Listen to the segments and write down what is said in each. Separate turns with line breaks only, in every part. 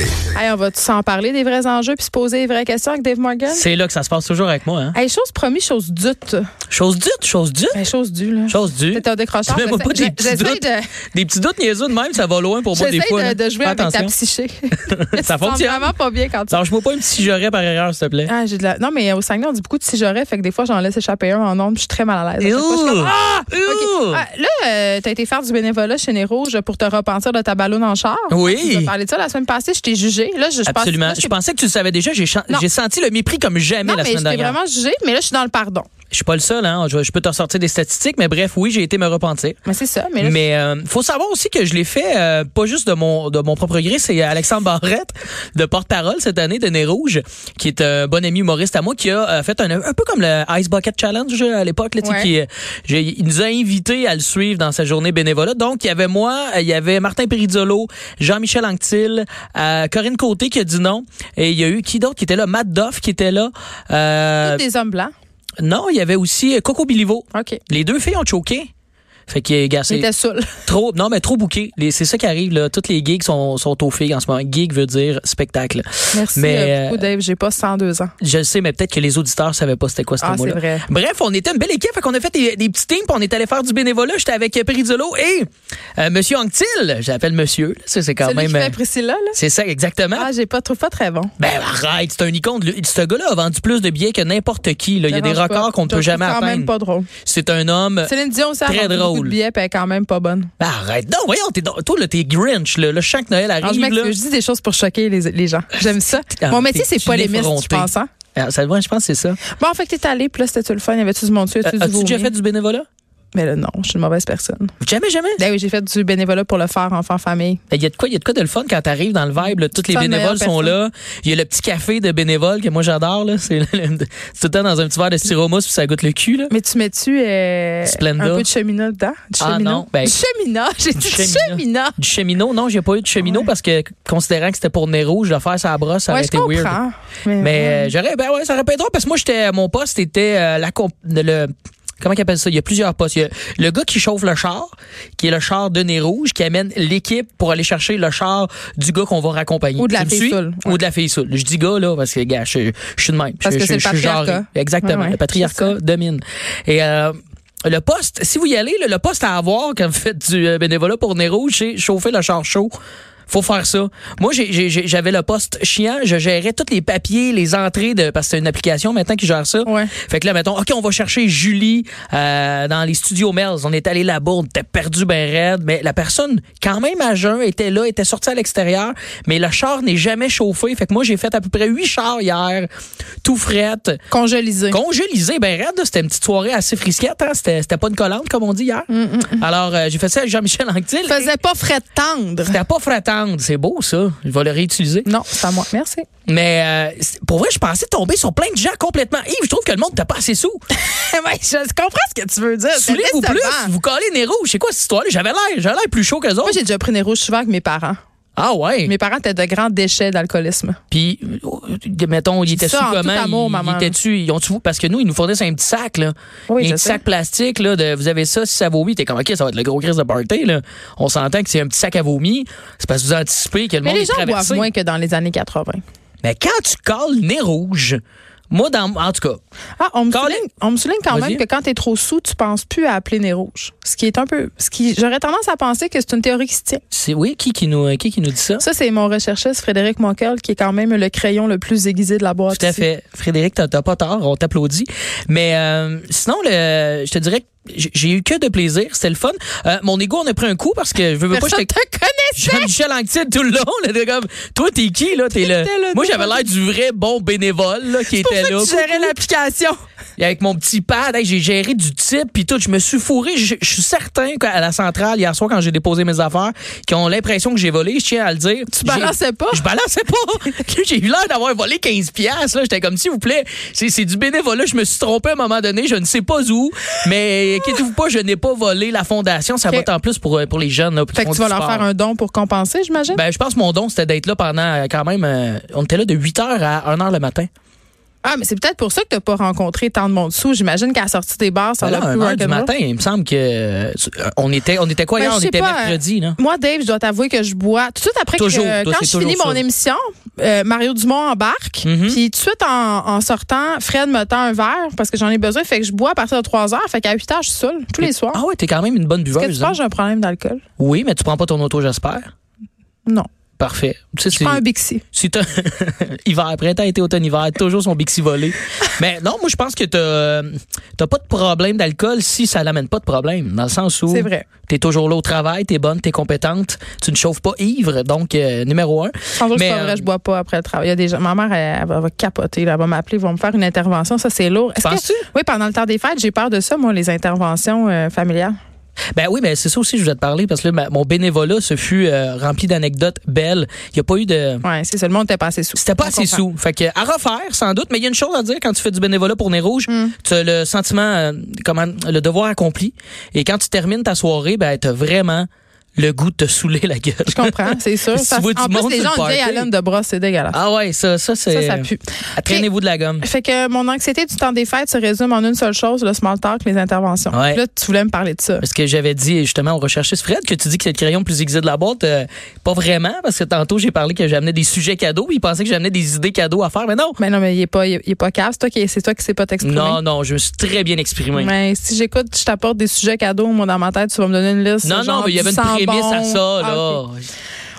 Hey, on va s'en parler des vrais enjeux puis se poser les vraies questions avec Dave Morgan?
C'est là que ça se passe toujours avec moi. Hein?
Hey, chose promise, chose dute.
Chose dute, chose dute.
Ben, chose due, là.
Chose due.
C'est un décrocheur.
Mais moi, pas des
J'essaie-
petits
j'essaie
doutes. Des petits doutes niaiseux de même, ça va loin pour moi
J'essaie
des fois. là.
de, de jouer
Fais
avec ta
attention.
psyché.
Ça
Tu te sens
fonctionne.
vraiment pas bien quand tu...
Lâche-moi pas un petit j'aurais par erreur, s'il te plaît.
Ah, j'ai de la... Non, mais au Saguenay, on dit beaucoup de tigerets, fait que des fois, j'en laisse échapper un en nombre, je suis très mal à l'aise. À chaque fois, je suis comme,
Ouh!
Ah!
Ouh!
OK. Ah, là, euh, t'as été faire du bénévolat chez Nez Rouges pour te repentir de ta ballonne en char.
Oui.
Tu nous as parlé de ça la semaine passée, je t'ai jugé. Là, je, je pense-
Absolument.
là,
je
t'ai-
pensais que tu le savais déjà. J'ai chan-
Non.
j'ai senti le mépris comme jamais
Non,
la
mais je
semaine
t'ai
dernière.
vraiment jugé, mais là, je suis dans le pardon.
Je suis pas le seul. Hein? Je, je peux te ressortir des statistiques, mais bref, oui, j'ai été me repentir.
Mais c'est ça. Mais là,
Mais euh, faut savoir aussi que je l'ai fait euh, pas juste de mon de mon propre gré, c'est Alexandre Barrette de porte-parole cette année de Nez Rouge, qui est un bon ami humoriste à moi, qui a euh, fait un un peu comme le Ice Bucket Challenge euh, à l'époque, là, tu sais,
Ouais.
qui euh, j'ai- il nous a invités à le suivre dans sa journée bénévolat. Donc il y avait moi, euh, il y avait Martin Perizzolo, Jean-Michel Anctil, euh, Corinne Côté qui a dit non, et il y a eu qui d'autre qui était là, Matt Doff qui était là. Euh,
tous des hommes blancs.
non, il y avait aussi euh, Coco Bilivo.
OK.
Les deux filles ont choqué. Fait que, gars, c'est-
J'étais saoul.
Trop, non, mais trop bouqué. C'est ça qui arrive, là. Toutes les gigs sont, sont aux filles en ce moment. Gig veut dire spectacle.
Merci
Mais,
euh, beaucoup,
euh,
Dave. J'ai pas 102 ans.
Je le sais, mais peut-être que les auditeurs savaient pas c'était quoi ce
Ah, c'est
mot-là.
vrai.
Bref, on était une belle équipe. Fait qu'on a fait des, des petits teams, puis on est allé faire du bénévolat. J'étais avec euh, Perizzolo et euh, Monsieur Anctil. J'appelle Monsieur. là. Ça, c'est quand
Celui
même.
qui
euh, Hein?
fait Priscilla, là?
C'est ça, exactement.
Ah, j'ai pas trouvé pas très bon.
Ben arrête, c'est un icône. Lui, Ce gars-là a vendu plus de billets que n'importe qui. Là. Il y a des
Dérange pas.
records qu'on ne
Je
peut
trouve
jamais
quand même
atteindre.
pas drôle.
C'est un homme.
Céline Dion, ça a
Très
vendu beaucoup
drôle.
de billets, puis elle est quand même pas bonne.
Ben, arrête. Non, voyons, t'es, dans- toi, là, t'es Grinch. Là. Là, chaque Noël
Alors, Ah, je
arrive. là.
m'excuse, je dis des choses pour choquer les, les gens. J'aime ça.
Ah,
Mon métier,
t'es-
c'est
tu
polémiste,
l'effrontais.
je pense. Hein?
Ah, ça, ouais, je pense que c'est ça.
Bon, en fait, t'es allé, puis là, c'était-tu le fun? Y avait-tu du monde dessus? Y
Euh,
avait-tu du
As-tu déjà
vomi?
fait du bénévolat?
Mais là, non, je suis une mauvaise personne.
Jamais, jamais.
Ben oui, j'ai fait du bénévolat pour le faire, enfant-famille.
Il y a de quoi, il y a de quoi de le fun quand t'arrives dans le vibe. là. Toutes les
Pas de meilleure
bénévoles sont là. Il y a le petit café de bénévoles que moi j'adore. là. C'est le- le- c'est tout le temps dans un petit verre de styromousse puis ça goûte le cul. Là.
Mais tu mets-tu euh,
Splenda.
un peu de cheminat dedans? Du
Ah,
cheminat?
non, ben-
du cheminat! J'ai dit du cheminat!
Du cheminot, non, j'ai pas eu de cheminot parce que considérant que c'était pour nez rouge, le faire sa brosse, ça
Ouais,
aurait
je
été weird.
comprends.
Mais euh, j'aurais, ben ouais, ça aurait pas été drôle parce que moi j'étais, mon poste était euh, la comp- le Comment qu'ils appellent ça? Il y a plusieurs postes. Il y a le gars qui chauffe le char, qui est le char de nez rouge, qui amène l'équipe pour aller chercher le char du gars qu'on va raccompagner.
Ou de la
Tu me
fille
suis?
saoule, ouais.
Ou de la fille saoule. Je dis gars, là, parce que, gars, je, je suis de même.
Parce
je,
que
je-
c'est le
je suis genré.
patriarcat.
Exactement.
Ouais, ouais,
Le patriarcat
c'est ça.
domine. Et, euh, le poste, si vous y allez, là, le poste à avoir quand vous faites du euh, bénévolat pour nez rouge, c'est chauffer le char chaud. Faut faire ça. Moi, j'ai- j'ai- j'ai- j'avais le poste chiant. Je gérais tous les papiers, les entrées de parce que c'est une application maintenant qui gère ça.
Ouais.
Fait que là, mettons, OK, on va chercher Julie euh, dans les studios Mells. On est allé là-bas, on était perdu ben raide. Mais la personne, quand même à jeun, était là, était sortie à l'extérieur. Mais le char n'est jamais chauffé. Fait que moi, j'ai fait à peu près huit chars hier, tout fret.
Congélisé.
Congélisé, ben raide, là, c'était une petite soirée assez frisquette. Hein? C'était c'était pas une collante, comme on dit hier. Alors, euh, j'ai fait ça avec Jean-Michel Anctil.
Mm, faisait pas frais de tendre.
C'était pas fratendre. C'est beau, ça. Il va le réutiliser.
Non, c'est à moi. Merci.
Mais euh, c'est- pour vrai, je pensais tomber sur plein de gens complètement. Yves, je trouve que le monde t'a pas assez sous.
Ouais, je comprends ce que tu veux dire. C'est
Soulez-vous plus,
décevant.
vous collez nez rouge. C'est quoi cette histoire-là? J'avais l'air, j'avais l'air plus chaud qu'eux
Moi,
autres.
j'ai déjà pris des rouges souvent avec mes parents.
Ah ouais.
Mes parents étaient de grands déchets d'alcoolisme.
Puis, euh, mettons, ils étaient sous
ça en tout
comment?
amour,
ils,
maman.
ils étaient-tu, ils ont-tu, parce que nous, ils nous fournissent un petit sac, là.
Oui,
un
je
petit
sais.
sac plastique, là, de, vous avez ça, si ça vomit, t'es comme, OK, ça va être le gros crise de party, là. On s'entend que c'est un petit sac à vomi. C'est parce que vous anticipez que le
Mais
monde
les
est
gens
traversé.
boivent moins que dans les années 80.
Mais quand tu colles nez rouge, moi, dans, en tout cas,
Ah, on me,
Colin.
souligne, on me souligne quand
Vas-y.
même que quand t'es trop sous, tu penses plus à appeler nez rouge. Ce qui est un peu. Ce qui, j'aurais tendance à penser que c'est une théorie qui se tient.
c'est, oui, qui, qui nous, qui, qui nous dit ça?
Ça, c'est mon recherchiste Frédéric Moncal, qui est quand même le crayon le plus aiguisé de la boîte.
Tout à
ici.
fait. Frédéric, t'as t'as pas tort, on t'applaudit. Mais euh, sinon, le, je te dirais que j'ai- j'ai eu que de plaisir, c'était le fun. Euh, mon ego, on a pris un coup parce que je veux, veux pas,
Personne
j'étais
te connaissait.
Jean-Michel Anctil tout le long, là, t'es comme, toi t'es qui là, t'es
était là,
le...
toi?
Moi j'avais l'air du vrai bon bénévole là, qui
Pour
était
ça
là,
que tu gérais l'application.
Et avec mon petit pad, hey, j'ai géré du type puis tout, je me suis fourré, je je suis certain qu'à la centrale hier soir quand j'ai déposé mes affaires, qu'ils ont l'impression que j'ai volé, je tiens à le dire.
Tu balançais pas.
Je balançais pas. J'ai eu l'air d'avoir volé 15 pièces là, j'étais comme s'il vous plaît, c'est c'est du bénévolat, je me suis trompé à un moment donné, je ne sais pas où, mais inquiétez-vous pas, je n'ai pas volé la fondation, ça
Ok.
va en plus pour euh, pour les jeunes là, pour
Fait que
qu'ils
tu
font
vas
du
leur
sport.
faire un don pour compenser, j'imagine.
Ben, je pense que mon don, c'était d'être là pendant euh, quand même. euh, on était là de 8 h à 1 h le matin.
Ah, mais c'est peut-être pour ça que tu n'as pas rencontré tant de monde sous. J'imagine qu'à la sortie des bars, ça
Ah
l'a
non,
plus
un heure du
rock'n'roll.
matin, il me semble que euh, on était on était quoi
Ben,
hier,
je
on
sais
était
pas,
mercredi là.
Moi, Dave, je dois t'avouer que je bois tout de suite après
Toujours,
que
toi,
quand
c'est
je finis
toujours
mon
ça.
émission, euh, Mario Dumont embarque,
Mhm.
puis tout de suite en, en sortant, Fred me tend un verre parce que j'en ai besoin, fait que je bois à partir de 3 heures, fait qu'à 8 heures je suis seule tous les soirs.
Ah ouais, t'es quand même une bonne
Est-ce que tu
buveuse. hein.
penses que j'ai un problème d'alcool
Oui, mais tu prends pas ton auto, j'espère.
Non,
Parfait. Tu sais,
je prends un
c'est-
Bixi.
si t'as- hiver, printemps, été, automne, hiver, toujours son Bixi volé. mais non, moi je pense que t'as euh, t'as pas de problème d'alcool si ça l'amène pas de problème, dans le sens où
C'est vrai.
t'es toujours là au travail, t'es bonne, t'es compétente, tu ne chauffes pas ivre, donc euh, numéro un.
Sans doute que c'est
Mais,
pas vrai,
euh,
je bois pas après le travail. Il y a des gens- ma mère elle, elle va- elle va capoter, là. elle va m'appeler, elle va me faire une intervention, ça c'est lourd. Est-ce que-
Penses-tu?
Oui, pendant le temps des fêtes, j'ai peur de ça moi les interventions euh, familiales.
Ben oui, mais c'est ça aussi que je voulais te parler parce que là, ma- mon bénévolat se fut euh, rempli d'anecdotes belles. Il n'y a pas eu de.
Ouais, c'est seulement on était pas assez sous.
C'était pas
On
assez
comprend.
sous. Fait que à refaire, sans doute, mais il y a une chose à dire quand tu fais du bénévolat pour Nez Rouge,
Mm.
tu as le sentiment, euh, comment, le devoir accompli. Et quand tu termines ta soirée, ben, t'as vraiment le goût de te saouler la gueule.
Je comprends, c'est sûr.
Si tu
Parce-
vois du
en plus,
monde
les
sur
gens
le
ont une vieille
party.
haleine de bras, c'est dégueulasse.
Ah euh. ouais, ça, ça,
ça,
c'est.
ça pue.
Traînez-vous de la gomme.
Fait que mon anxiété du temps des fêtes se résume en une seule chose, le small talk, les interventions.
Ouais.
Puis Là, tu voulais me parler de ça.
Parce que j'avais dit, justement, on recherchait ce Fred, que tu dis que c'est le crayon le plus aiguisé de la boîte. euh, pas vraiment, parce que tantôt, j'ai parlé que j'amenais des sujets cadeaux, puis il pensait que j'amenais des idées cadeaux à faire, mais non!
Mais non, mais il est pas, il est, il est pas cave. C'est toi qui, c'est toi qui sais pas t'exprimer.
Non, non, je me suis très bien exprimé.
Mais si j'écoute, je t'apporte des sujets cadeaux, moi, dans ma tête, tu vas me donner une liste.
non, non,
genre
mais il y
du
avait une
sans
prémisse à
bon.
ça, là.
Ah, ok.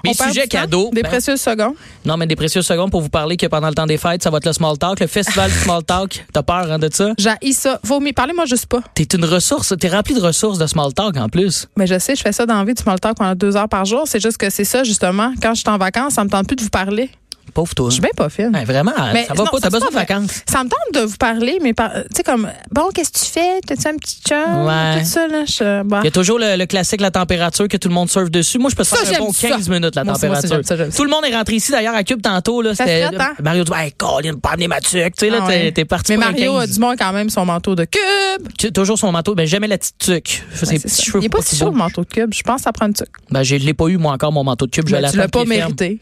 Mes
On perd
sujets
du temps,
cadeaux.
Des
ben,
précieuses secondes.
non, mais des précieuses secondes pour vous parler que pendant le temps des fêtes, ça va être le small talk, le festival du small talk. T'as peur hein, de ça?
J'haïs ça. Vomis. Parlez-moi juste pas.
T'es une ressource, t'es rempli de ressources de small talk en plus.
Mais je sais, je fais ça dans la vie du small talk pendant deux heures par jour. C'est juste que c'est ça, justement. Quand je suis en vacances, ça me tente plus de vous parler.
Pauvre toi.
Je suis bien pas fine.
Ben, vraiment,
Mais
ça va
non,
pas, t'as
ça, c'est
besoin de
pas vrai.
vacances.
Ça me tente de vous parler, mais par- tu sais, comme, bon, qu'est-ce que tu fais? T'as-tu un petit chum?
Ouais.
Tout ça, là. Je, bah.
Il y a toujours le, le classique, la température, que tout le monde surfe dessus. Moi, je peux te
Ça,
faire un
j'aime
bon
ça.
15 minutes, la
Moi aussi, moi aussi,
température.
j'aime ça, j'aime ça.
tout le monde est rentré ici, d'ailleurs, à Cube tantôt. Là,
Ça
c'était-
se fête, hein?
Mario dit, hey, Colin, pas amener ma tuque. Tu sais, là,
Ah
t'es-
ouais.
t'es parti
Mais
pour un
Mario a
15.
du monde quand même son manteau de cube.
Tu- Toujours son manteau, mais jamais la petite tuque.
Ouais,
Ses
c'est
petits
ça.
cheveux
Il est pas
pas
si
si
chaud,
beaux.
le manteau de cube. Je pense que ça prend une tuque.
Ben, je l'ai pas eu, moi, encore, mon manteau de cube. Je
Mais Ben, tu l'as
l'attends
pas
qu'il ferme.
mérité.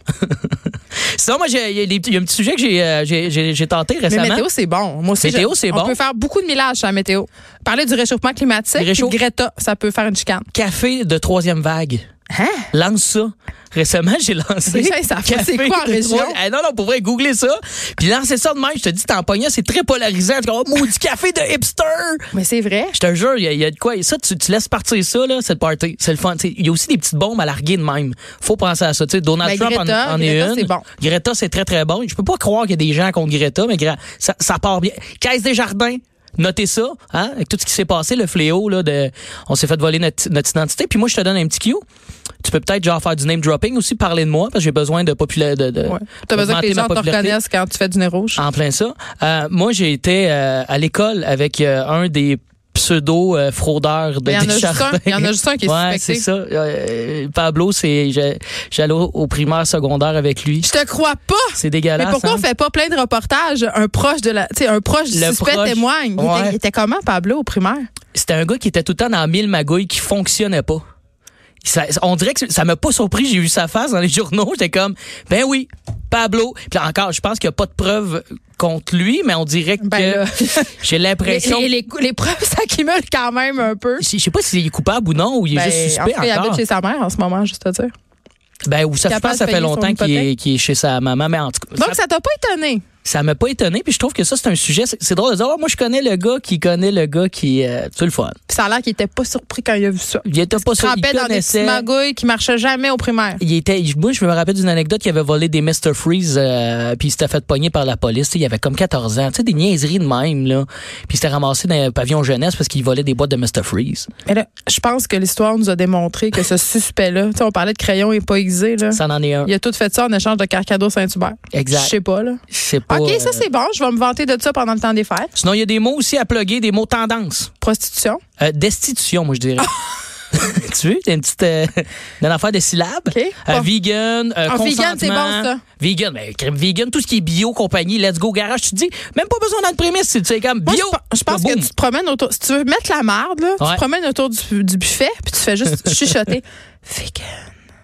Sinon, moi, j'ai- il y, a des petits- il y a un petit sujet que j'ai, euh, j'ai, j'ai- j'ai tenté
Mais
récemment.
météo, c'est bon. Moi aussi,
Météo,
je-
c'est
On
bon.
peut faire beaucoup de millages sur la météo. Parler du réchauffement climatique,
Le réchauffe-
puis de Greta, ça peut faire une chicane.
Café de troisième vague.
Hein?
Lance ça. Récemment, j'ai lancé.
Les gens, ils savent pas c'est
Café
quoi en
de
région?
trois- Eh non, non, pour vrai, googlez ça. Puis lancez ça de même. Je te dis, t'en pognas, c'est très polarisant. Tu dis, oh, maudit café de hipster.
Mais c'est vrai.
Je te jure, il y, a- il y a de quoi. Ça, tu, tu laisses partir ça, là, c'est le party. C'est le fun. Tu sais, Il y a aussi des petites bombes à larguer de même. Faut penser à ça. Tu sais, Donald
Ben,
Trump en-
Greta,
en, est
Greta,
une.
c'est bon.
Greta, c'est très, très bon. Je peux pas croire qu'il y a des gens contre Greta, mais Gra- ça, ça part bien. Caisse des jardins. Notez ça, hein, avec tout ce qui s'est passé, le fléau, là, de, on s'est fait voler notre, notre identité. Puis moi, je te donne un petit cue. Tu peux peut-être, genre, faire du name dropping aussi, parler de moi, parce que j'ai besoin de populaire, de, de
Ouais. T'as besoin que
d'augmenter
les gens
ma
te
popularité. Ah,
reconnaissent quand tu fais du nez rouge.
En plein ça. Euh, moi, j'ai été euh, à l'école avec euh, un des pseudo euh, fraudeurs de
Mais il y en a juste
Desjardins.
un- il y en a juste un qui est
ouais,
suspecté.
c'est ça. Euh, Pablo, c'est j'ai- j'allais au, au primaire secondaire avec lui.
Je te crois pas!
C'est dégueulasse.
Mais pourquoi
hein?
on fait pas plein de reportages? Un proche de la, tu sais, un proche du
Le
suspect
proche,
témoigne. Il,
ouais.
était, il était comment, Pablo, au primaire?
C'était un gars qui était tout le temps dans mille magouilles qui fonctionnait pas. Ça- on dirait que ça m'a pas surpris, j'ai vu sa face dans les journaux, j'étais comme ben oui, Pablo. Puis là encore, je pense qu'il n'y a pas de preuves contre lui, mais on dirait que
Ben
j'ai
Les,
l'impression
les, les, les preuves s'accumulent quand même un peu.
je sais pas s'il est coupable ou non ou il est
Ben,
juste
en
suspect
tout cas, il
encore.
habite chez sa mère en ce moment, juste à dire.
Ben, ou ça, je
capable
pense que ça
de
fait
payer son
longtemps qu'il est,
hypothèque.
qu'il est chez sa maman, mais en tout cas,
Donc,
ça-
ça t'a pas étonné.
ça m'a pas étonné, puis je trouve que ça, c'est un sujet. C'est c'est drôle de dire, Ah, moi, je connais le gars qui connaît le gars qui. euh, c'est le fun.
Puis ça a l'air qu'il était pas surpris quand il a vu ça.
Il était pas
Il se
sûr, il
trempait dans des petites
connaissait.
magouilles qui marchaient jamais au primaire.
Il était, moi, je me rappelle d'une anecdote qu'il avait volé des Mr. Freeze, euh, puis il s'était fait pogner par la police. tu sais, Il avait comme 14 ans. Tu sais, des niaiseries de même, là. Puis il s'était ramassé dans un pavillon jeunesse parce qu'il volait des boîtes de Mr. Freeze.
Mais là, je pense que l'histoire nous a démontré que ce suspect-là, tu sais, on parlait de crayon et pas aiguisé, là.
Ça en est un.
Il a tout fait ça en échange de cartes cadeaux Saint-Hubert.
Exact.
Je sais pas, là.
Je sais pas.
OK, ça,
euh,
c'est bon. Je vais me vanter de ça pendant le temps des fêtes.
Sinon, il y a des mots aussi à plugger, des mots tendance.
Prostitution.
Euh, destitution, moi, je dirais. tu veux? T'as une petite euh, une affaire de syllabes.
OK.
Euh,
Bon.
vegan, euh,
Ah, vegan,
consentement.
c'est bon, ça.
Vegan, ben, crème vegan, tout ce qui est bio, compagnie, let's go, garage. Tu te dis, même pas besoin d'être prémisse. Tu sais, comme
Moi,
bio.
je pe- je pense que
boum.
tu te promènes autour. Si tu veux mettre la marde, là, tu
Ouais.
te promènes autour du, du buffet, puis tu fais juste chuchoter. Vegan.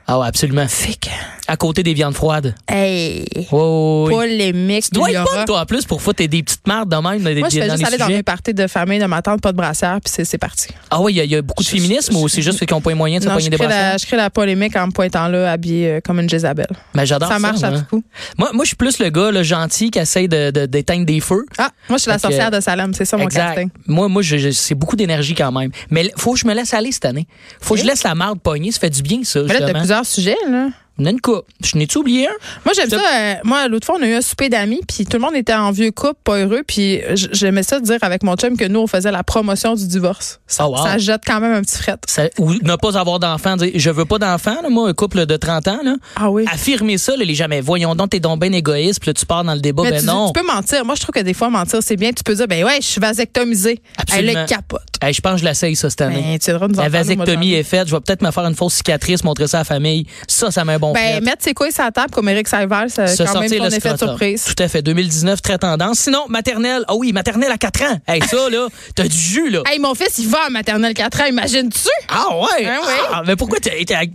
Ah ouais, absolument.
Fic.
À côté des viandes froides.
Hey.
Ouais, ouais, ouais.
Polémique.
Tu dois
il y
être
aura.
bonne, toi, en plus, pour foutre des petites mardes de même. dans des-
Moi, je fais
dans
juste
les
aller dans
sujets.
mes parties de famille de ma tante, pas de brassière, puis c'est- c'est parti.
Ah ouais, il y, a- il y a beaucoup de
Je-
féminisme
je-
ou c'est juste qu'ils n'ont pas les moyens de se
Non, je
pogner des
crée,
brassards?
la, je crée la polémique en me pointant là, habillée euh, comme une Jézabel.
Mais Ben, j'adore ça. hein.
Ça marche à
moi.
tout coup.
Moi, moi, je suis plus le gars le gentil qui essaye de, de- d'éteindre des feux.
Ah, moi, je suis la
Fait que-
sorcière de Salem, c'est ça mon casting.
Exact. Moi, moi je- je- c'est beaucoup d'énergie quand même. Mais l- faut que je me laisse aller cette année. Faut que je laisse la marde pogner. Ça fait du bien, ça,
Mais là, t'as
justement.
plusieurs sujets, là.
Il y en a une coupe. Je n'ai-tu oublié un?
Moi, j'aime ça.
Je te-
euh, moi, l'autre fois, on a eu un souper d'amis, puis tout le monde était en vieux couple, pas heureux, puis j- j'aimais ça dire avec mon chum que nous, on faisait la promotion du divorce. Ça,
Oh, wow.
ça jette quand même un petit fret.
Ça- ou ne pas avoir d'enfant. Dire, je veux pas d'enfant, là, moi, un couple de 30 ans. Là.
Ah oui.
Affirmer ça, là, les jamais. Voyons donc, t'es donc bien égoïste, puis là, tu pars dans le débat.
Mais
ben
tu,
non.
tu peux mentir. Moi, je trouve que des fois, mentir, c'est bien. Tu peux dire, ben ouais, je suis vasectomisée.
Absolument.
Elle le capote.
Hey, je pense que je l'essaye, ça, cette année.
Ben, tu devras nous en
La
parler au mois de
vasectomie
janvier.
est faite. Je vais peut-être me faire une fausse cicatrice, montrer ça à la famille. Ça, ça met un bon
Ben,
fret.
mettre ses couilles sur la table comme Eric Saval, ça
Se
quand même
sortir
son
le
effet de
scrotum.
surprise.
Tout à fait. 2019, très tendance. Sinon, maternelle. Ah oui, maternelle à 4 ans. Hey, ça, là, t'as du jus, là.
Hey, mon fils, il va en maternelle 4 ans, imagines-tu?
Ah ouais?
Hein, ouais.
Ah, mais pourquoi t'as été avec